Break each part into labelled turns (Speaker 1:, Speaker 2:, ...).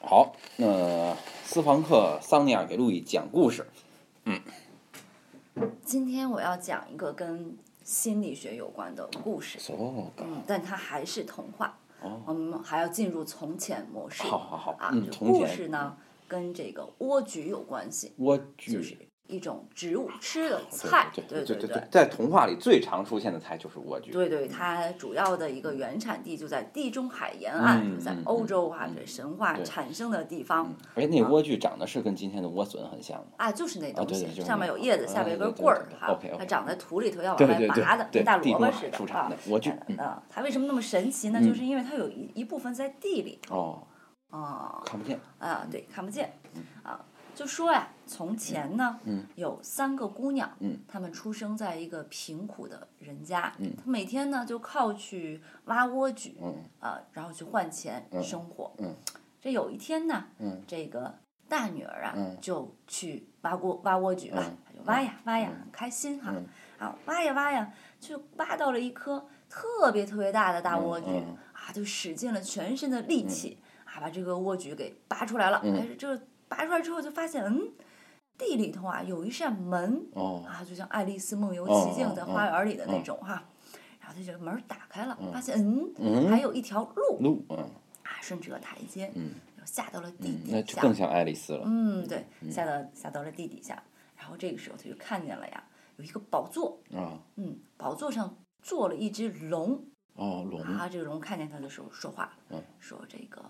Speaker 1: 好，那斯庞克桑尼亚给路易讲故事。
Speaker 2: 今天我要讲一个跟心理学有关的故事，
Speaker 1: 哦，
Speaker 2: 嗯，但它还是童话。
Speaker 1: 哦
Speaker 2: 我们还要进入从前模式。
Speaker 1: 好好好
Speaker 2: 啊，
Speaker 1: 嗯
Speaker 2: 就
Speaker 1: 从前
Speaker 2: 故事呢跟这个莴苣有关系，
Speaker 1: 莴
Speaker 2: 就是
Speaker 1: 苣，
Speaker 2: 一种植物吃的菜。
Speaker 1: 对
Speaker 2: 对
Speaker 1: 对
Speaker 2: 对
Speaker 1: 对，在童话里最常出现的菜就是莴苣。
Speaker 2: 对对，它主要的一个原产地就在地中海沿岸，
Speaker 1: 嗯
Speaker 2: 就在
Speaker 1: 嗯
Speaker 2: 欧
Speaker 1: 嗯
Speaker 2: 洲啊，
Speaker 1: 嗯
Speaker 2: 这神话
Speaker 1: 对
Speaker 2: 产生的地方、
Speaker 1: 嗯，哎，那莴苣长得是跟今天的莴笋很像吗？
Speaker 2: 啊，就是那
Speaker 1: 啊
Speaker 2: 东
Speaker 1: 对
Speaker 2: 西，
Speaker 1: 对就是
Speaker 2: 上
Speaker 1: 那
Speaker 2: 面有
Speaker 1: 个
Speaker 2: 叶子，下
Speaker 1: 啊
Speaker 2: 边有
Speaker 1: 对
Speaker 2: 根
Speaker 1: 对
Speaker 2: 棍儿
Speaker 1: 对，
Speaker 2: 哈、
Speaker 1: OK，OK
Speaker 2: 它长在土里头要往
Speaker 1: 对
Speaker 2: 外
Speaker 1: 对对
Speaker 2: 拔的，
Speaker 1: 对
Speaker 2: 跟大
Speaker 1: 地中
Speaker 2: 萝卜
Speaker 1: 海
Speaker 2: 似的
Speaker 1: 出产
Speaker 2: 啊
Speaker 1: 的。莴苣嗯
Speaker 2: 嗯，它为什么那么神奇呢？
Speaker 1: 嗯
Speaker 2: 就是因为它有一一部分在地里
Speaker 1: 哦，
Speaker 2: 啊
Speaker 1: 看不见。
Speaker 2: 啊，对，看不见啊。就说呀，从前呢，
Speaker 1: 嗯
Speaker 2: 有三个姑娘，
Speaker 1: 嗯
Speaker 2: 她们出生在一个贫苦的人家，
Speaker 1: 嗯
Speaker 2: 她每天呢就靠去挖莴苣，
Speaker 1: 嗯
Speaker 2: 啊，然后去换钱
Speaker 1: 嗯
Speaker 2: 生活。
Speaker 1: 嗯
Speaker 2: 这有一天呢，
Speaker 1: 嗯
Speaker 2: 这个大女儿啊，
Speaker 1: 嗯
Speaker 2: 就去挖锅挖莴苣了，
Speaker 1: 嗯
Speaker 2: 她就挖呀挖呀，很开心哈、啊，挖呀挖呀，就挖到了一颗特别特别大的大莴苣、
Speaker 1: 嗯嗯
Speaker 2: 啊，就使尽了全身的力气、啊，把这个莴苣给拔出来了。
Speaker 1: 嗯
Speaker 2: 哎，这个拔出来之后就发现，嗯，地里头啊有一扇门，
Speaker 1: 哦
Speaker 2: 啊，就像《爱丽丝梦游
Speaker 1: 哦
Speaker 2: 奇境》
Speaker 1: 哦
Speaker 2: 在
Speaker 1: 哦
Speaker 2: 花园里的那
Speaker 1: 嗯
Speaker 2: 种哈、然后他就门儿打开了，
Speaker 1: 嗯
Speaker 2: 发现嗯，
Speaker 1: 嗯
Speaker 2: 还有一条路
Speaker 1: 路嗯
Speaker 2: 啊，顺着个台阶，
Speaker 1: 嗯
Speaker 2: 就下到了地
Speaker 1: 嗯，
Speaker 2: 底下。
Speaker 1: 那就更像爱丽丝了。
Speaker 2: 嗯，对，下到下到了地底下，然后这个时候他就看见了呀，有一个宝座，
Speaker 1: 啊
Speaker 2: 嗯，宝座上坐了一只龙
Speaker 1: 哦龙
Speaker 2: 啊，这个龙看见他的时候说话了，
Speaker 1: 嗯
Speaker 2: 说这个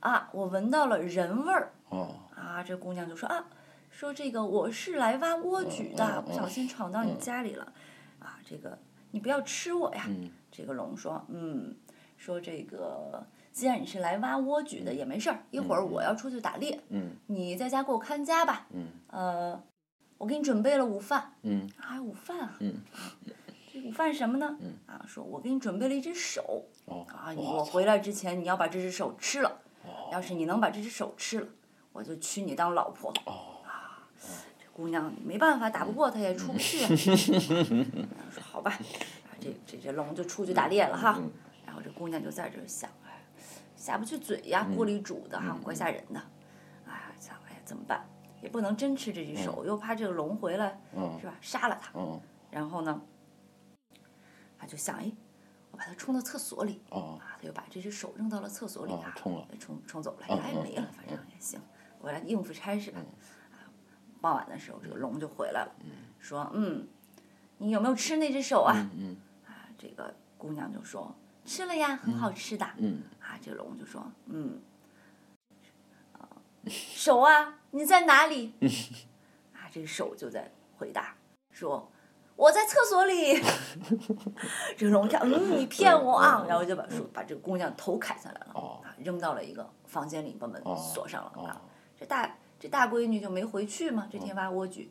Speaker 2: 啊，我闻到了人味儿
Speaker 1: 哦
Speaker 2: 啊，这姑娘就说啊，说这个我是来挖莴苣的，
Speaker 1: 嗯嗯嗯
Speaker 2: 不小心闯到你家里了，啊，这个你不要吃我呀，
Speaker 1: 嗯
Speaker 2: 这个龙说：“嗯，说这个既然你是来挖莴苣的，也没事儿。一会儿我要出去打猎，
Speaker 1: 嗯
Speaker 2: 你在家给我看家吧。
Speaker 1: 嗯
Speaker 2: 呃，我给你准备了午饭
Speaker 1: 嗯
Speaker 2: 啊，午饭啊，
Speaker 1: 嗯
Speaker 2: 这午饭什么呢？
Speaker 1: 嗯
Speaker 2: 啊，说我给你准备了一只手
Speaker 1: 哦
Speaker 2: 啊，你我
Speaker 1: 哇
Speaker 2: 回来之前你要把这只手吃了。
Speaker 1: 哦
Speaker 2: 要是你能把这只手吃了，我就娶你当老婆。啊
Speaker 1: 哦
Speaker 2: 姑娘没办法，打不过他也出不去啊。
Speaker 1: 嗯
Speaker 2: 然后说 好吧，啊这这这龙就出去打猎了哈。
Speaker 1: 嗯
Speaker 2: 然后这姑娘就在这儿想，哎，下不去嘴呀，
Speaker 1: 嗯
Speaker 2: 锅里煮的哈，怪吓人的。哎，想哎怎么办？也不能真吃这只手，又怕这个龙回来
Speaker 1: 嗯
Speaker 2: 是吧？杀了他。
Speaker 1: 嗯
Speaker 2: 然后呢，他就想，哎，我把它冲到厕所里
Speaker 1: 哦
Speaker 2: 啊，他就把这只手扔到了厕所里
Speaker 1: 哦
Speaker 2: 啊，
Speaker 1: 冲了，
Speaker 2: 冲冲走了，
Speaker 1: 嗯
Speaker 2: 哎
Speaker 1: 嗯
Speaker 2: 没了
Speaker 1: 嗯，
Speaker 2: 反正也行，我来应付差事吧。啊傍晚的时候，这个龙就回来了，说，嗯，你有没有吃那只手啊？
Speaker 1: 嗯
Speaker 2: 啊，这个姑娘就说吃了呀，很好吃的。
Speaker 1: 嗯
Speaker 2: 啊，这个龙就说，嗯，啊手啊，你在哪里？啊，这个手就在回答说。我在厕所里， 这个龙跳，嗯，你骗我啊！然后就把说把这个姑娘头砍下来了，
Speaker 1: 哦
Speaker 2: 啊，扔到了一个房间里，把门
Speaker 1: 哦
Speaker 2: 锁上了。啊
Speaker 1: 哦，
Speaker 2: 这大这大闺女就没回去嘛，这天挖莴苣，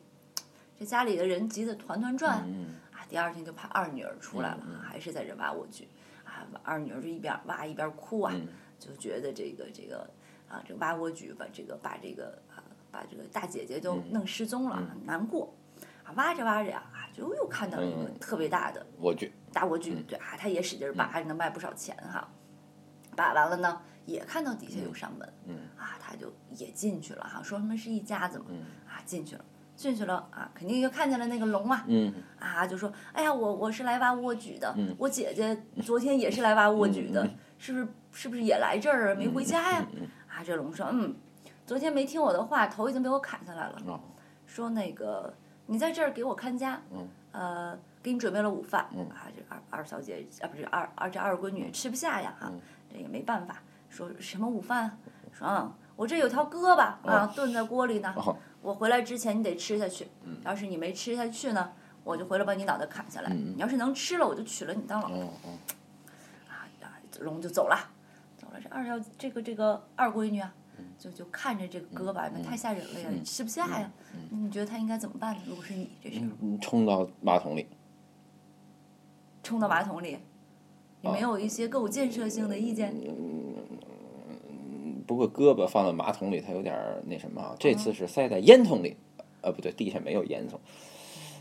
Speaker 2: 这家里的人急得团团转，
Speaker 1: 嗯
Speaker 2: 啊，第二天就派二女儿出来了，还是在这挖莴苣，啊，二女儿就一边挖一边哭啊，
Speaker 1: 嗯
Speaker 2: 就觉得这个这个啊，这个挖莴苣把这个把这个啊把这个大姐姐
Speaker 1: 嗯
Speaker 2: 都弄失踪了，很难过，啊，挖着挖着呀、啊，就又看到了一个
Speaker 1: 嗯
Speaker 2: 特别大的
Speaker 1: 莴苣
Speaker 2: 大莴苣，对啊，他也使劲
Speaker 1: 嗯
Speaker 2: 儿拔，还能卖不少钱哈，拔完了呢，也看到底下有扇门，
Speaker 1: 嗯
Speaker 2: 啊，他就也进去了哈，说他们是一家子嘛，
Speaker 1: 嗯
Speaker 2: 啊，进去了，进去了啊，肯定就看见了那个龙嘛，
Speaker 1: 嗯
Speaker 2: 啊，就说，哎呀，我我是来挖莴苣的，
Speaker 1: 嗯
Speaker 2: 我姐姐昨天也是来挖莴苣的， 是不是是不是也来这儿啊没回家呀？
Speaker 1: 嗯
Speaker 2: 啊，这龙说，嗯，昨天没听我的话，头已经被我砍下来了，
Speaker 1: 哦
Speaker 2: 说那个你在这儿给我看家，
Speaker 1: 嗯
Speaker 2: 呃，给你准备了午饭，
Speaker 1: 嗯
Speaker 2: 啊，这二二小姐啊不是二二这二闺女吃不下呀，啊，
Speaker 1: 嗯
Speaker 2: 这也没办法，说什么午饭啊，说啊，我这有条胳膊啊，炖在锅里呢，
Speaker 1: 哦嗯
Speaker 2: 我回来之前你得吃下去，要是你没吃下去呢，我就回来把你脑袋砍下来。
Speaker 1: 嗯嗯
Speaker 2: 你要是能吃了，我就娶了你当老婆。
Speaker 1: 哦哦
Speaker 2: 啊啊，龙就走了，走了。这二小这个这个二闺女啊，
Speaker 1: 嗯
Speaker 2: 就就看着这个胳膊，那、太吓人了呀，吃不下呀。你觉得她应该怎么办呢？如果是你，这是
Speaker 1: 嗯冲到马桶里
Speaker 2: 冲
Speaker 1: 嗯
Speaker 2: 到马桶里，你没
Speaker 1: 哦
Speaker 2: 有一些更有建设性的意见？
Speaker 1: 嗯不过胳膊放在马桶里，它有点儿那什么
Speaker 2: 嗯
Speaker 1: 啊。这次是塞在烟囱里，呃，不对，地下没有烟囱。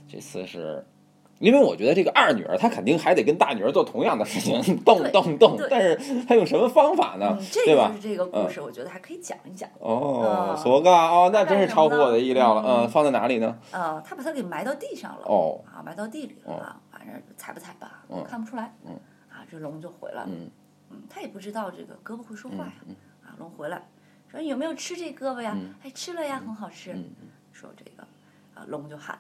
Speaker 1: 这次是因为我觉得这个二女儿她肯定还得跟大女儿做同样的事情，动动动
Speaker 2: 对，
Speaker 1: 但是她用什么方法呢
Speaker 2: 嗯，？这
Speaker 1: 对
Speaker 2: 个
Speaker 1: 吧嗯
Speaker 2: 就是这个故事，我觉得还可以讲一讲。
Speaker 1: 哦
Speaker 2: 嗯，
Speaker 1: 索嘎哦，那
Speaker 2: 发展
Speaker 1: 真是
Speaker 2: 什
Speaker 1: 超
Speaker 2: 么
Speaker 1: 乎
Speaker 2: 呢
Speaker 1: 我的意料了。
Speaker 2: 嗯
Speaker 1: 嗯，放在哪里呢？
Speaker 2: 呃，他把它给埋到地上了，
Speaker 1: 哦，
Speaker 2: 啊，埋到地里了啊，反正踩不踩吧，
Speaker 1: 嗯
Speaker 2: 看不出来，
Speaker 1: 嗯
Speaker 2: 啊，这龙就回来了，
Speaker 1: 嗯
Speaker 2: 嗯，他也不知道这个胳膊会说话
Speaker 1: 嗯
Speaker 2: 呀，
Speaker 1: 嗯
Speaker 2: 啊，龙回来说你有没有吃这胳膊呀
Speaker 1: 嗯？
Speaker 2: 哎，吃了呀，很好吃。
Speaker 1: 嗯
Speaker 2: 说这个啊，龙就喊。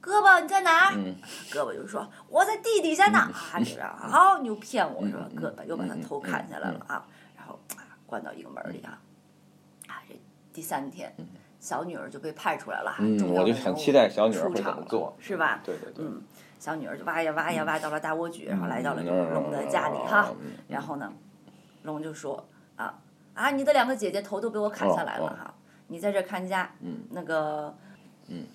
Speaker 2: 胳膊你在哪儿？
Speaker 1: 嗯
Speaker 2: 胳膊就说我在地底下呢。啊，就这样，好，你又骗
Speaker 1: 嗯
Speaker 2: 我是吧？胳膊又把他头砍下来了啊，然后啊关到一个门儿里啊。
Speaker 1: 嗯
Speaker 2: 啊，这第三天，小女儿就被派出来了啊。
Speaker 1: 嗯，我就很期待小女儿
Speaker 2: 出
Speaker 1: 会怎
Speaker 2: 场
Speaker 1: 么做
Speaker 2: 了，。是吧？
Speaker 1: 对对对，
Speaker 2: 嗯，小女儿就挖呀挖呀挖到了大莴苣，然后来到了这个
Speaker 1: 嗯
Speaker 2: 龙的家里哈。。
Speaker 1: 嗯
Speaker 2: 然后呢，龙就说啊啊，你的两个姐姐头都被我砍下来了
Speaker 1: 哦哦
Speaker 2: 哈，你在这儿看家，
Speaker 1: 嗯
Speaker 2: 那个，
Speaker 1: 嗯，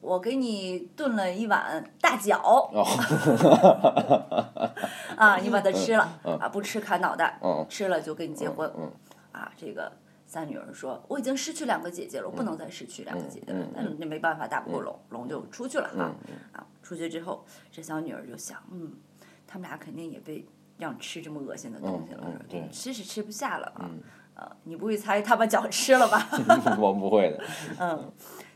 Speaker 2: 我给你炖了一碗大脚
Speaker 1: 哦，
Speaker 2: 啊，你把它吃了
Speaker 1: 嗯嗯
Speaker 2: 啊，不吃砍脑袋，
Speaker 1: 嗯，
Speaker 2: 吃了就跟你结婚
Speaker 1: 嗯
Speaker 2: 啊。这个三女儿说，我已经失去两个姐姐了，我不能再失去两个姐姐了
Speaker 1: 嗯嗯嗯，
Speaker 2: 那那没办法，打不过龙，龙就出去了哈
Speaker 1: 嗯。
Speaker 2: 啊，出去之后，这小女儿就想，嗯，他们俩肯定也被让吃这么恶心的东西了，
Speaker 1: 嗯嗯
Speaker 2: 是吧
Speaker 1: 对
Speaker 2: 吃是吃不下了啊
Speaker 1: 嗯。
Speaker 2: 呃，你不会猜他把脚吃 了吧？
Speaker 1: 嗯， 我不会的，
Speaker 2: 嗯，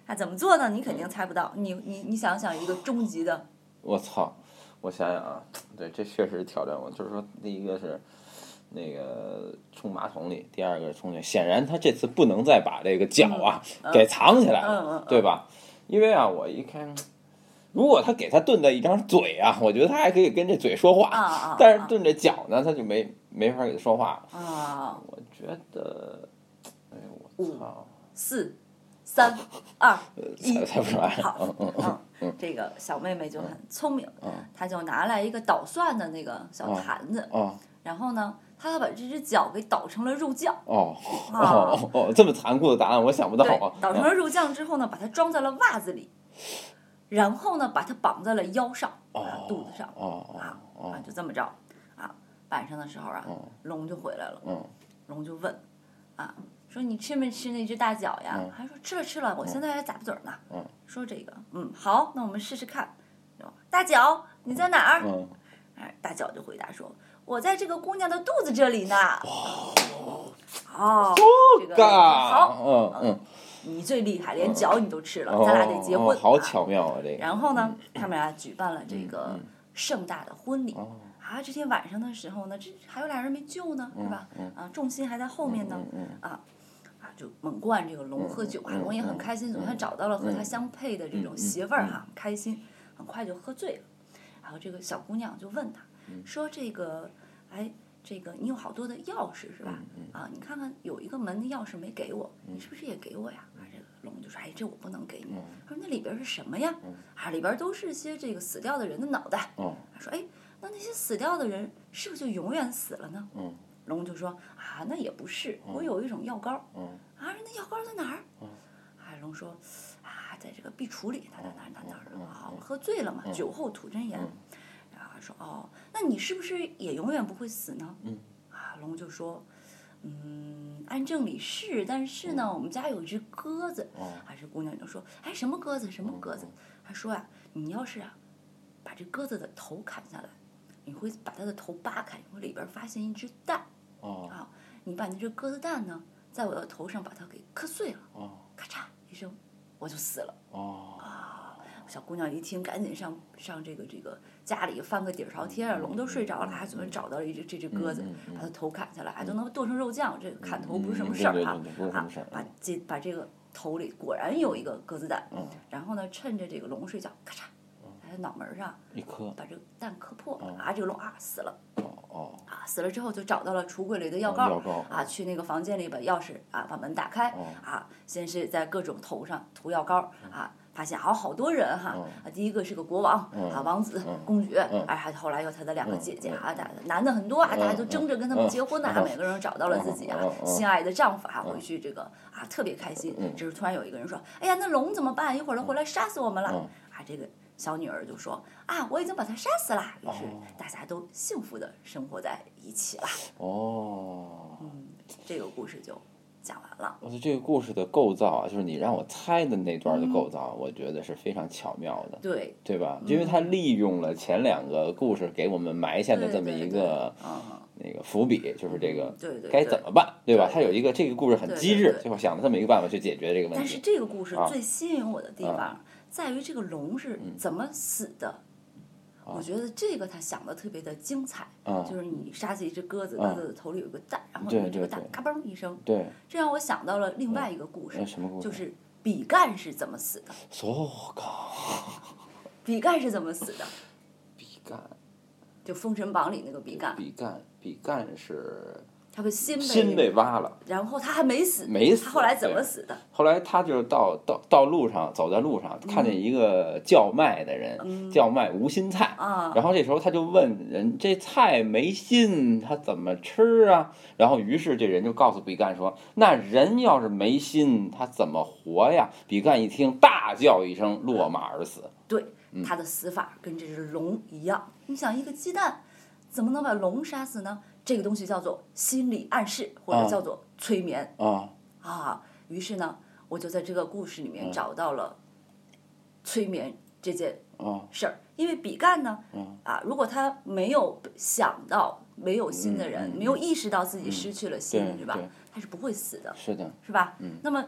Speaker 2: 那怎么做呢？你肯定猜不到。你你你想想一个终极的，
Speaker 1: 我操！我想想啊，对，这确实挑战我。就是说，第一个是那个冲马桶里，第二个是冲进。显然，他这次不能再把这个脚啊、给藏起来了，
Speaker 2: 嗯嗯
Speaker 1: 对吧？因为啊，我一看，如果他给他炖的一张嘴啊，我觉得他还可以跟这嘴说话，
Speaker 2: 啊啊，
Speaker 1: 但是炖这脚呢，他就没没法给他说话了。
Speaker 2: 啊，
Speaker 1: 我觉得，哎呦
Speaker 2: 嗯
Speaker 1: 我操！
Speaker 2: 四、三、二、一
Speaker 1: 猜，猜不出来，
Speaker 2: 嗯好，嗯这个小妹妹就
Speaker 1: 嗯
Speaker 2: 很聪明，她就拿来一个捣蒜的那个小坛子，
Speaker 1: 哦
Speaker 2: 然后呢，她把这只脚给捣成了肉酱，
Speaker 1: 哦
Speaker 2: 啊
Speaker 1: 哦哦，这么残酷的答案我想不到
Speaker 2: 对
Speaker 1: 啊，！
Speaker 2: 捣成了肉酱之后呢，把它装在了袜子里，然后呢，把它绑在了腰上，啊，肚子上，
Speaker 1: 哦
Speaker 2: 啊
Speaker 1: 哦哦
Speaker 2: 啊，就这么着，啊，晚上的时候啊，
Speaker 1: 哦
Speaker 2: 龙就回来了，
Speaker 1: 嗯
Speaker 2: 龙就问，啊，说你吃没吃那只大脚呀？
Speaker 1: 嗯
Speaker 2: 还说吃了吃了，我现在还咂巴嘴儿呢。
Speaker 1: 嗯
Speaker 2: 说这个，嗯，好，那我们试试看。大脚，你在哪儿？
Speaker 1: 嗯，
Speaker 2: 哎，大脚就回答说：“我在这个姑娘的肚子这里呢。”哦，这个
Speaker 1: 嘎，
Speaker 2: 好，
Speaker 1: 嗯嗯，
Speaker 2: 你最厉害，连脚你都吃了，
Speaker 1: 哦
Speaker 2: 咱俩得结婚。
Speaker 1: 哦好
Speaker 2: 啊
Speaker 1: 巧妙啊这个，
Speaker 2: 然后呢，他们俩举办了这个
Speaker 1: 嗯
Speaker 2: 盛大的婚礼。
Speaker 1: 哦
Speaker 2: 啊，这天晚上的时候呢，这还有俩人没救呢，是吧？
Speaker 1: 嗯
Speaker 2: 啊，重心还在后面呢。啊啊，就猛灌这个龙喝酒啊，龙也很开心，总算找到了和他相配的这种媳妇儿哈，开心，很快就喝醉了。然后这个小姑娘就问他，说这个，哎。这个你有好多的钥匙是吧？啊，你看看有一个门的钥匙没给我，你是不是也给我呀？啊，这个龙就说：“哎，这我不能给你。”他说：“那里边是什么呀？”啊，里边都是些这个死掉的人的脑袋。
Speaker 1: 哦
Speaker 2: 他说：“哎，那那些死掉的人是不是就永远死了呢？”
Speaker 1: 嗯
Speaker 2: 龙就说：“啊，那也不是，我有一种药膏。
Speaker 1: 嗯
Speaker 2: 啊，那药膏在哪儿？”啊，龙说：“啊，在这个壁橱里，哪哪哪哪哪
Speaker 1: 嗯
Speaker 2: 儿啊？我喝醉了嘛，酒后吐真言。”然后他说：“哦，那你是不是也永远不会死呢？”
Speaker 1: 嗯
Speaker 2: 啊，龙就说。嗯，按正理是，但是呢，我们家有一只鸽子，
Speaker 1: 嗯哦嗯
Speaker 2: 啊，这姑娘就说：“哎，什么鸽子？什么鸽子？”她说呀、你要是啊，把这鸽子的头砍下来，你会把它的头扒开，你会里边发现一只蛋。
Speaker 1: 哦
Speaker 2: 你把那只鸽子蛋呢，在我的头上把它给磕碎了，
Speaker 1: 哦
Speaker 2: 咔嚓一声，我就死了。
Speaker 1: 哦
Speaker 2: 小姑娘一听，赶紧上上这个这个家里翻个底儿朝天啊，龙都睡着了，还总算找到了一只这只鸽子
Speaker 1: 嗯，
Speaker 2: 把它头砍下来，哎，都能剁成肉酱，这个砍头不是什么
Speaker 1: 嗯
Speaker 2: 事儿
Speaker 1: 对
Speaker 2: 哈
Speaker 1: 对对不是什
Speaker 2: 啊
Speaker 1: 么事儿，
Speaker 2: 把这把这个头里果然有一个鸽子蛋
Speaker 1: 嗯，
Speaker 2: 然后呢，趁着这个龙睡觉，咔嚓，在他脑门儿上
Speaker 1: 一颗
Speaker 2: 把这个蛋磕破，啊，这个龙啊死了。
Speaker 1: 哦哦
Speaker 2: 啊，死了之后就找到了橱柜里的药
Speaker 1: 嗯
Speaker 2: 膏儿，
Speaker 1: 药膏
Speaker 2: 啊，去那个房间里把钥匙啊，把门打开、啊，先是在各种头上涂药膏儿啊，发现好好多人哈、啊，第一个是个国王、啊，王子、公爵，哎，还后来有他的两个姐姐、啊，大男的很多啊，大家都争着跟他们结婚呢，啊，每个人找到了自己啊、
Speaker 1: 嗯嗯嗯
Speaker 2: 心爱的丈夫啊，
Speaker 1: 嗯
Speaker 2: 回去这个啊特别开心。这时候突然有一个人说：“哎呀，那龙怎么办？一
Speaker 1: 嗯
Speaker 2: 会儿他回来杀死我们了。啊，这个小女儿就说：“啊，我已经把他杀死了。”于是
Speaker 1: 哦
Speaker 2: 大家都幸福的生活在一起了。
Speaker 1: 哦。
Speaker 2: 嗯，这个故事就讲完了。
Speaker 1: 我觉得这个故事的构造啊，就是你让我猜的那段的构造，我觉得是非常巧妙的，
Speaker 2: 对，
Speaker 1: 对吧？因为它利用了前两个故事给我们埋下的
Speaker 2: 对
Speaker 1: 这么
Speaker 2: 对
Speaker 1: 一
Speaker 2: 对
Speaker 1: 个
Speaker 2: 嗯，
Speaker 1: 那个伏笔，就是这个
Speaker 2: 对对，
Speaker 1: 该
Speaker 2: 对
Speaker 1: 怎么办，对吧？
Speaker 2: 对
Speaker 1: 它有一个这个故事很
Speaker 2: 对对
Speaker 1: 机智
Speaker 2: 对，
Speaker 1: 最后想了这么一个办法去解决这个问
Speaker 2: 但是
Speaker 1: 题。
Speaker 2: 这个故事
Speaker 1: 啊嗯
Speaker 2: 最吸引我的地方在于这个龙是怎么死的。
Speaker 1: 啊
Speaker 2: 我觉得这个他想的特别的精彩，
Speaker 1: 嗯，
Speaker 2: 就是你杀死一只鸽子，
Speaker 1: 啊
Speaker 2: 鸽子的头里有个蛋，然后
Speaker 1: 对
Speaker 2: 你这个
Speaker 1: 对
Speaker 2: 蛋
Speaker 1: 对
Speaker 2: 嘎嘣一声，
Speaker 1: 对，
Speaker 2: 这让我想到了另外一个故事
Speaker 1: 那，什么故事？
Speaker 2: 就是比干是怎么死的。
Speaker 1: そうか。
Speaker 2: 比干是怎么死的？
Speaker 1: 比干，
Speaker 2: 就《封神榜》里那个比干，
Speaker 1: 比干，比干是
Speaker 2: 他被心
Speaker 1: 心被挖了。
Speaker 2: 然后他还没死，
Speaker 1: 没死
Speaker 2: 他后来怎么
Speaker 1: 对
Speaker 2: 死的？
Speaker 1: 后来他就到到到路上，走在路
Speaker 2: 嗯
Speaker 1: 上，看见一个叫卖的人，叫卖无心菜。
Speaker 2: 啊，
Speaker 1: 然后这时候他就问人：“这菜没心，他怎么吃啊？”然后于是这人就告诉比干说：“那人要是没心，他怎么活呀？”比干一听，大叫一声，落马而死。
Speaker 2: 对，
Speaker 1: 嗯
Speaker 2: 他的死法跟这只龙一样。你想，一个鸡蛋怎么能把龙杀死呢？这个东西叫做心理暗示，或者
Speaker 1: 啊
Speaker 2: 叫做催眠
Speaker 1: 啊
Speaker 2: 啊。于是呢，我就在这个故事里面找到了催眠这件
Speaker 1: 啊
Speaker 2: 事儿。因为比干呢
Speaker 1: 嗯，
Speaker 2: 啊，如果他没有想到没有心的人，
Speaker 1: 嗯嗯
Speaker 2: 没有意识到自己失去了心，
Speaker 1: 对
Speaker 2: 是嗯吧
Speaker 1: 对？嗯
Speaker 2: 他是不会死的。
Speaker 1: 是的，
Speaker 2: 是吧？那么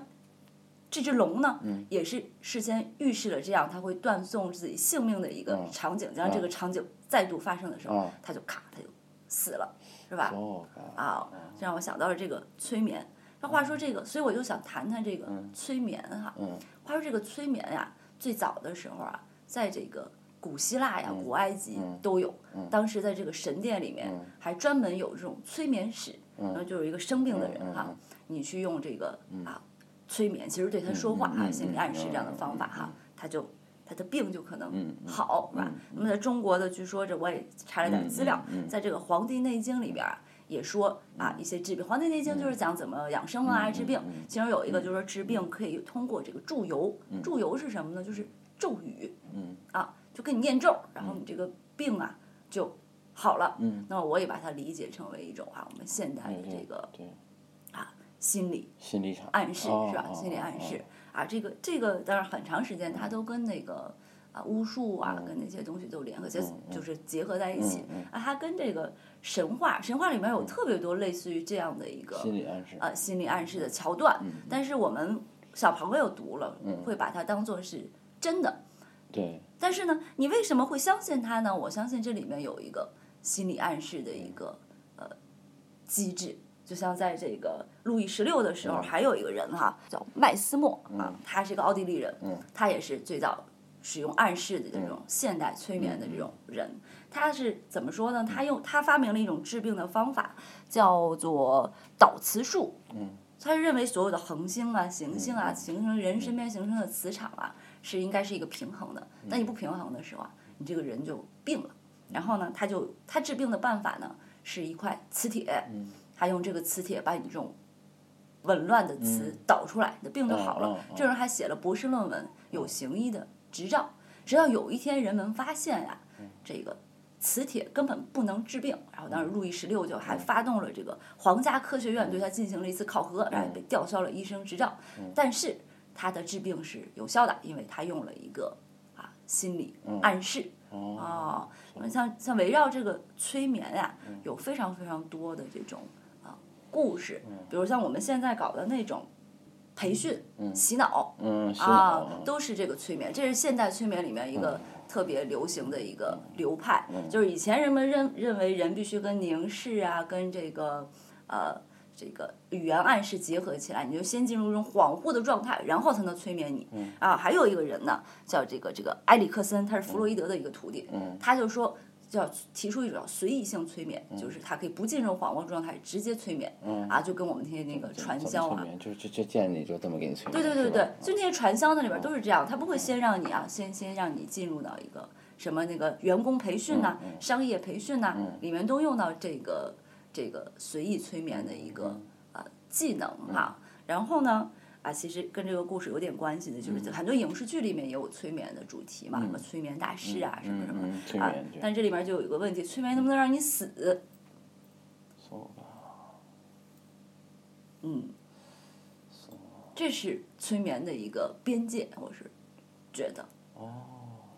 Speaker 2: 这只龙呢，
Speaker 1: 嗯
Speaker 2: 也是事先预示了这样，它会断送自己性命的一个场景，将这个场景再度发生的时候
Speaker 1: 嗯，
Speaker 2: 它就咔，它就死了，是吧？
Speaker 1: 哦，啊
Speaker 2: 啊，这让我想到了这个催眠。那话说这个，所以我就想谈谈这个催眠哈。
Speaker 1: 嗯
Speaker 2: 话说这个催眠呀，最早的时候啊，在这个古希腊
Speaker 1: 嗯
Speaker 2: 呀、古埃及都有。当时在这个神殿里面还专门有这种催眠室，
Speaker 1: 嗯
Speaker 2: 然后就有一个生病的人哈，你去用这个啊催眠，其实对他说话
Speaker 1: 嗯嗯
Speaker 2: 啊、
Speaker 1: 嗯
Speaker 2: 心理暗示这样的
Speaker 1: 嗯嗯
Speaker 2: 方法哈，他就他的病就可能
Speaker 1: 嗯
Speaker 2: 好，是吧？那么在中国的，据说这我也查了点资料，
Speaker 1: 嗯嗯嗯嗯
Speaker 2: 在这个《黄帝内经》里边儿也说啊一些治病，《黄帝内经》就是讲怎么养生啊、治病。其中有一个就是说治
Speaker 1: 嗯
Speaker 2: 病可以通过这个祝由，祝由是什么呢？就是咒语，
Speaker 1: 嗯
Speaker 2: 啊，就跟你念咒，然后你这个病啊就好了。
Speaker 1: 嗯
Speaker 2: 那我也把它理解成为一种啊，我们现代的
Speaker 1: 对
Speaker 2: 这个
Speaker 1: 对
Speaker 2: 心理
Speaker 1: 心理场
Speaker 2: 暗示
Speaker 1: 哦
Speaker 2: 是吧？
Speaker 1: 哦
Speaker 2: 心理
Speaker 1: 哦
Speaker 2: 暗
Speaker 1: 哦嗯
Speaker 2: 示啊，这个这个当然很长时间它都跟那个啊巫术啊跟那些东西都联合，就就是结合在一起
Speaker 1: 嗯
Speaker 2: 啊，它跟这个神话神话里面有特别多类似于这样的一个
Speaker 1: 哦心理嗯暗示
Speaker 2: 呃心理暗示的桥段，但是我们小朋友读了
Speaker 1: 嗯
Speaker 2: 会把它当做是真的，
Speaker 1: 对
Speaker 2: 但是呢，你为什么会相信它呢？我相信这里面有一个心理暗示的一个呃机制。就像在这个路易十六的时候，还有一个人哈，叫麦斯默啊，他是一个奥地利人，他也是最早使用暗示的这种现代催眠的这种人。他是怎么说呢？他用他发明了一种治病的方法，叫做导磁术。
Speaker 1: 嗯，
Speaker 2: 他认为所有的恒星啊、行星啊，形成人身边形成的磁场啊，是应该是一个平衡的。但你不平衡的时候啊，你这个人就病了。然后呢，他就他治病的办法呢，是一块磁铁，他用这个磁铁把你这种紊乱的词导出来，你的病就好
Speaker 1: 嗯
Speaker 2: 了
Speaker 1: 嗯嗯。
Speaker 2: 这人还写了博士论文，有行医的执照。直到有一天，人们发现呀、这个磁铁根本不能治病。然后当时路易十六就还发动了这个皇家科学院对他进行了一次考核，然后被吊销了医生执照。但是他的治病是有效的，因为他用了一个啊心理暗示。哦，那像像围绕这个催眠呀、有非常非常多的这种啊故事，比如像我们现在搞的那种培训、洗脑
Speaker 1: 嗯心
Speaker 2: 啊
Speaker 1: 理，
Speaker 2: 都是这嗯个催眠，这是现代催眠里面一个特别流行的一个流派，就是以前人们认认为人必须跟凝视啊，跟这个呃。这个语言暗示结合起来，你就先进入一种恍惚的状态，然后才能催眠你。啊，还有一个人呢，叫这个这个埃里克森，他是弗洛伊德的一个徒弟，他就说叫提出一种叫随意性催眠，就是他可以不进入恍惚状态，直接催眠，啊，就跟我们那些那个传销啊，
Speaker 1: 就就就见你就这么给你催眠，
Speaker 2: 对对对
Speaker 1: 是
Speaker 2: 对
Speaker 1: 吧，
Speaker 2: 就那些传销那里边都是这样，他不会先让你啊，先先让你进入到一个什么那个员工培训呐、
Speaker 1: 嗯
Speaker 2: 商业培训呐、里面都用到这个这个随意催眠的一
Speaker 1: 嗯
Speaker 2: 个呃技能哈、然后呢，啊，其实跟这个故事有点关系的，
Speaker 1: 嗯
Speaker 2: 就是很多影视剧里面也有催眠的主题嘛，什么催眠大师啊，什么什么。
Speaker 1: 嗯嗯催
Speaker 2: 啊
Speaker 1: 眠对，
Speaker 2: 但这里面就有一个问题，催眠能不能让你死？
Speaker 1: そう吧
Speaker 2: 嗯，这是催眠的一个边界，我是觉得。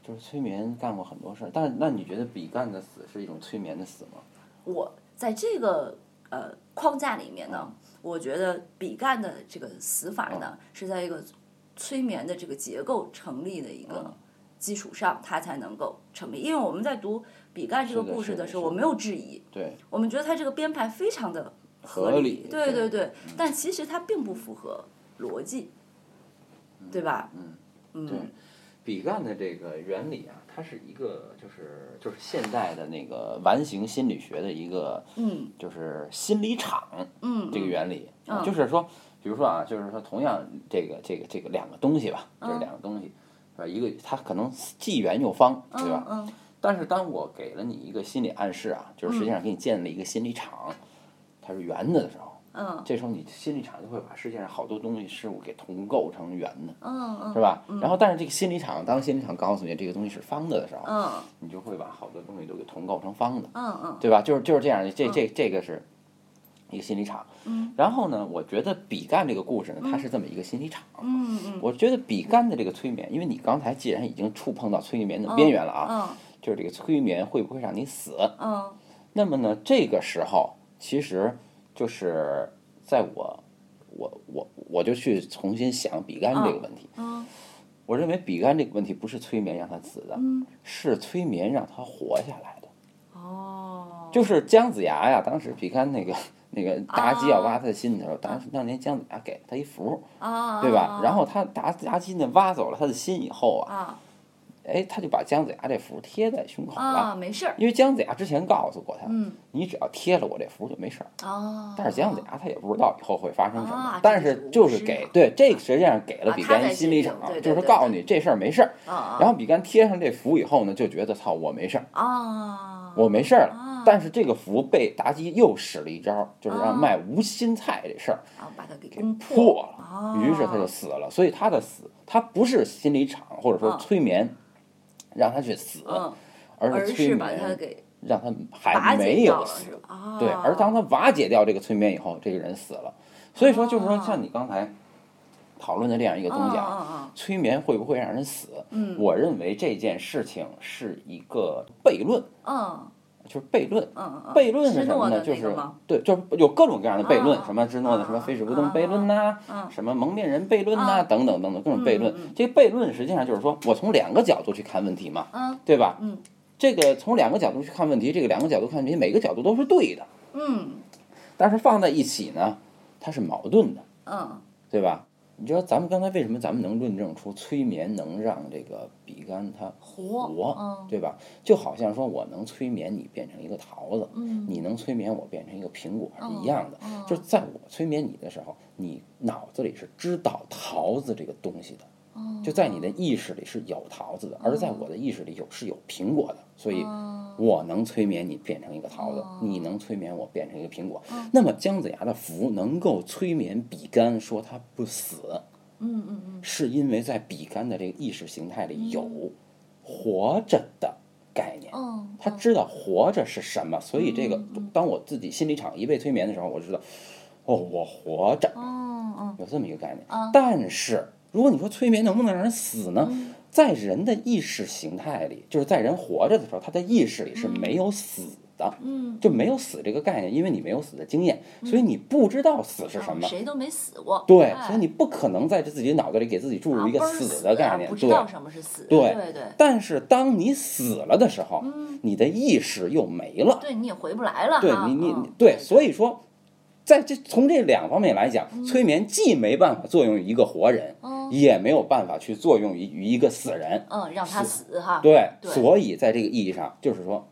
Speaker 1: 就是催眠干过很多事儿，但是那你觉得比干的死是一种催眠的死吗？
Speaker 2: 我在这个呃框架里面
Speaker 1: 嗯
Speaker 2: 呢，我觉得比干的这个死法呢，是在一个催眠的这个结构成立的一个
Speaker 1: 嗯
Speaker 2: 基础上，它才能够成立。因为我们在读比干这个
Speaker 1: 是的
Speaker 2: 故事
Speaker 1: 是的
Speaker 2: 的时候，
Speaker 1: 是的
Speaker 2: 我没有质疑，
Speaker 1: 对，
Speaker 2: 我们觉得它这个编排非常的
Speaker 1: 合理
Speaker 2: 对
Speaker 1: 对嗯
Speaker 2: 对对，但其实它并不符合逻辑，对吧？
Speaker 1: 嗯对
Speaker 2: 嗯，
Speaker 1: 比干的这个原理啊，它是一个就是就是现代的那个完形心理学的一个
Speaker 2: 嗯
Speaker 1: 就是心理场
Speaker 2: 嗯，
Speaker 1: 这个原理，啊就是说，比如说啊，就是说同样这个这个这个两个东西吧，
Speaker 2: 嗯
Speaker 1: 就是两个东西，是吧？一个它可能既圆又方，对吧？
Speaker 2: 嗯
Speaker 1: 但是当我给了你一个心理暗示啊，就是实际上给你建立一个心理场，它是圆的的时候，
Speaker 2: 嗯
Speaker 1: 这时候你心理场就会把世界上好多东西事物给同构成圆的，
Speaker 2: 嗯嗯
Speaker 1: 是吧？然后但是这个心理场，当心理场告诉你这个东西是方的的时候，
Speaker 2: 嗯
Speaker 1: 你就会把好多东西都给同构成方的，
Speaker 2: 嗯嗯
Speaker 1: 对吧？就是就是这样，这这这个是一个心理场。
Speaker 2: 嗯
Speaker 1: 然后呢，我觉得比干这个故事呢，它是这么一个心理场。
Speaker 2: 嗯嗯
Speaker 1: 我觉得比干的这个催眠，因为你刚才既然已经触碰到催眠的边缘了啊，
Speaker 2: 嗯
Speaker 1: 就是这个催眠会不会让你死？
Speaker 2: 嗯
Speaker 1: 那么呢，这个时候其实就是在我我我我就去重新想比干这个问题。
Speaker 2: 嗯
Speaker 1: 我认为比干这个问题不是催眠让他死的，
Speaker 2: 嗯
Speaker 1: 是催眠让他活下来的。
Speaker 2: 哦，
Speaker 1: 就是姜子牙呀，当时比干那个那个妲己要挖他的心的时候，当时当年姜子牙给了他一符，
Speaker 2: 啊，
Speaker 1: 对吧？然
Speaker 2: 后
Speaker 1: 后他妲妲己呢挖走了他的心以后啊，
Speaker 2: 啊
Speaker 1: 哎，他就把姜子牙这符贴在胸口
Speaker 2: 啊，
Speaker 1: 了，
Speaker 2: 没事儿，
Speaker 1: 因为姜子牙之前告诉过他，
Speaker 2: 嗯
Speaker 1: 你只要贴了我这符就没事儿。
Speaker 2: 哦，
Speaker 1: 但是姜子牙他也不知道以后会发生什么，
Speaker 2: 啊
Speaker 1: 但
Speaker 2: 这
Speaker 1: 是
Speaker 2: 个
Speaker 1: 就
Speaker 2: 就是是
Speaker 1: 给
Speaker 2: 无知啊
Speaker 1: 对这个实际上给了
Speaker 2: 啊
Speaker 1: 比
Speaker 2: 他
Speaker 1: 干
Speaker 2: 在
Speaker 1: 一心理
Speaker 2: 心
Speaker 1: 场
Speaker 2: 里，对对
Speaker 1: 就是
Speaker 2: 对
Speaker 1: 告诉
Speaker 2: 对
Speaker 1: 你这事儿没事儿。
Speaker 2: 啊
Speaker 1: 然后比干贴上这符以后呢，就觉得操我没事儿，
Speaker 2: 啊，
Speaker 1: 我没事儿了。
Speaker 2: 啊
Speaker 1: 但是这个符被妲己又使了一招，就是
Speaker 2: 啊
Speaker 1: 让卖无心菜这事儿
Speaker 2: 啊把它给攻
Speaker 1: 破了，
Speaker 2: 啊，
Speaker 1: 于是他就死了。所以他的死，他不是心理场或者说
Speaker 2: 啊
Speaker 1: 催眠让他去死，
Speaker 2: 嗯，
Speaker 1: 而
Speaker 2: 而
Speaker 1: 是催
Speaker 2: 是把它
Speaker 1: 眠
Speaker 2: 给
Speaker 1: 让他
Speaker 2: 瓦
Speaker 1: 还
Speaker 2: 解
Speaker 1: 没
Speaker 2: 掉
Speaker 1: 有
Speaker 2: 了
Speaker 1: 死
Speaker 2: 是。吧？啊，
Speaker 1: 对，而当他瓦解掉这个催眠以后，这个人死了。所
Speaker 2: 啊
Speaker 1: 以说，就是说，像你刚才讨论的这样一个东西啊，
Speaker 2: 啊，
Speaker 1: 催眠会不会让人死？
Speaker 2: 嗯
Speaker 1: 我认为这件事情是一个悖论，
Speaker 2: 嗯嗯
Speaker 1: 就是悖论。
Speaker 2: 嗯嗯，
Speaker 1: 悖论是什
Speaker 2: 芝诺
Speaker 1: 么呢？
Speaker 2: 的
Speaker 1: 就
Speaker 2: 那个
Speaker 1: 是
Speaker 2: 吗
Speaker 1: 对，就是有各种各样的悖论，
Speaker 2: 啊
Speaker 1: 什么芝诺的
Speaker 2: 啊
Speaker 1: 什么非史不登
Speaker 2: 啊
Speaker 1: 悖论呐、
Speaker 2: 啊
Speaker 1: 什么蒙面人悖论呐、
Speaker 2: 啊
Speaker 1: 等等等等各种悖论。
Speaker 2: 嗯嗯
Speaker 1: 这悖论实际上就是说我从两个角度去看问题嘛，
Speaker 2: 嗯
Speaker 1: 对吧？
Speaker 2: 嗯
Speaker 1: 这个从两个角度去看问题，这个两个角度看问题，每个角度都是对的，
Speaker 2: 嗯
Speaker 1: 但是放在一起呢，它是矛盾的，
Speaker 2: 嗯
Speaker 1: 对吧？你知道咱们刚才为什么咱们能论证出催眠能让这个比干他
Speaker 2: 活嗯
Speaker 1: 活，对吧？就好像说我能催眠你变成一个桃子，
Speaker 2: 嗯
Speaker 1: 你能催眠我变成一个苹果是
Speaker 2: 嗯
Speaker 1: 一样的。
Speaker 2: 嗯
Speaker 1: 就是在我催眠你的时候，你脑子里是知道桃子这个东西的，
Speaker 2: 嗯，
Speaker 1: 就在你的意识里是有桃子的，而在我的意识里有是有苹果的，所以
Speaker 2: 嗯
Speaker 1: 我能催眠你变成一个桃子
Speaker 2: 哦，
Speaker 1: 你能催眠我变成一个苹果。那么姜子牙的符能够催眠比干说他不死，
Speaker 2: 嗯嗯嗯
Speaker 1: 是因为在比干的这个意识形态里有活着的概念。
Speaker 2: 嗯，
Speaker 1: 他知道活着是什么，所以这个当我自己心理场一被催眠的时候，我就知道，哦，我活着
Speaker 2: 嗯嗯
Speaker 1: 有这么一个概念
Speaker 2: 啊。
Speaker 1: 但是如果你说催眠能不能让人死呢？
Speaker 2: 嗯
Speaker 1: 在人的意识形态里，就是在人活着的时候，他的意识里是没有死的，
Speaker 2: 嗯，
Speaker 1: 就没有死这个概念，因为你没有死的经验，所以你不知道死是什么。
Speaker 2: 嗯谁都没死过，
Speaker 1: 对，
Speaker 2: 哦哎
Speaker 1: 所以你不可能在这自己脑袋里给自己注入一个
Speaker 2: 啊
Speaker 1: 死的概念，
Speaker 2: 不知
Speaker 1: 对。
Speaker 2: 道什么是死，
Speaker 1: 对
Speaker 2: 对对，
Speaker 1: 但是当你死了的时候，
Speaker 2: 嗯
Speaker 1: 你的意识又没了，
Speaker 2: 对你也回不来了哈，
Speaker 1: 对你你
Speaker 2: 嗯
Speaker 1: 你对，所以说，在这从这两方面来讲，催眠既没办法作用于一个活人，也没有办法去作用于于一个死人，
Speaker 2: 嗯，让他死哈，
Speaker 1: 对，
Speaker 2: 对
Speaker 1: 所以在这个意义上，就是说，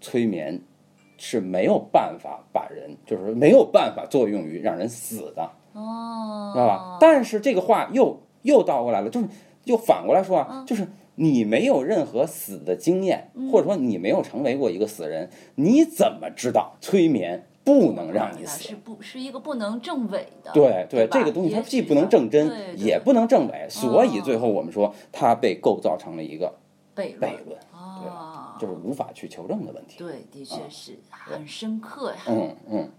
Speaker 1: 催眠是没有办法把人，就是没有办法作用于让人死的，
Speaker 2: 哦，
Speaker 1: 知道吧？啊但是这个话又又倒过来了，就是又反过来说啊，
Speaker 2: 嗯
Speaker 1: 就是你没有任何死的经验，或者说你没有成为过一个死人，你怎么知道催眠不能让你死
Speaker 2: 哦是？不是一个不能证伪的，
Speaker 1: 对
Speaker 2: 对吧
Speaker 1: 这个东西它
Speaker 2: 也许
Speaker 1: 既不能正真
Speaker 2: 对，哦对
Speaker 1: 也不能证伪，所以最后我们说它被构造成了一个
Speaker 2: 悖
Speaker 1: 悖
Speaker 2: 论
Speaker 1: 论，
Speaker 2: 啊
Speaker 1: 就，是无法去求证的问题。
Speaker 2: 对，的确是很深刻呀，
Speaker 1: 嗯嗯，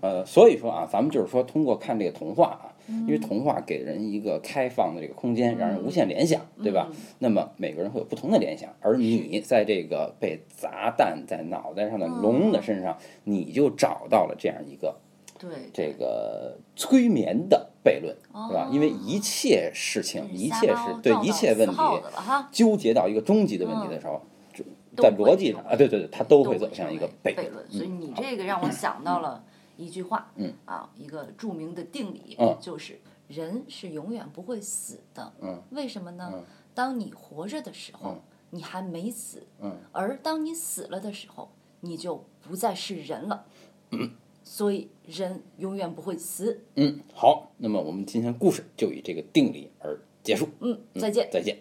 Speaker 1: 呃，所以说啊，咱们就是说，通过看这个童话啊，
Speaker 2: 嗯
Speaker 1: 因为童话给人一个开放的这个空间，让人无限联想，对
Speaker 2: 嗯
Speaker 1: 吧？那么每个人会有不同的联想，而你在这个被砸蛋在脑袋上的龙的身上，你就找到了这样一个
Speaker 2: 对，
Speaker 1: 这个催眠的悖论，对吧
Speaker 2: 哦？
Speaker 1: 因为一切事情，一
Speaker 2: 瞎
Speaker 1: 切
Speaker 2: 猫
Speaker 1: 是对
Speaker 2: 撞
Speaker 1: 一
Speaker 2: 到
Speaker 1: 切
Speaker 2: 死嗯
Speaker 1: 问题
Speaker 2: 耗子了哈，
Speaker 1: 纠结到一个终极的问题的时候，就
Speaker 2: 都
Speaker 1: 在
Speaker 2: 会
Speaker 1: 逻辑
Speaker 2: 成
Speaker 1: 上
Speaker 2: 为
Speaker 1: 啊，对对对，它都
Speaker 2: 都
Speaker 1: 会
Speaker 2: 会
Speaker 1: 走向
Speaker 2: 成
Speaker 1: 一个
Speaker 2: 为
Speaker 1: 悖
Speaker 2: 悖
Speaker 1: 论
Speaker 2: 论。。所以你这个让我想到了一句话，
Speaker 1: 嗯
Speaker 2: 啊，一个著名的定理
Speaker 1: 嗯，
Speaker 2: 就是人是永远不会死的。
Speaker 1: 嗯，
Speaker 2: 为什么呢
Speaker 1: 嗯？
Speaker 2: 当你活着的时候
Speaker 1: 嗯，
Speaker 2: 你还没死，
Speaker 1: 嗯，
Speaker 2: 而当你死了的时候，你就不再是人了。
Speaker 1: 嗯
Speaker 2: 所以人永远不会死。
Speaker 1: 嗯，好，那么我们今天故事就以这个定理而结束。
Speaker 2: 嗯，再见。
Speaker 1: 再见。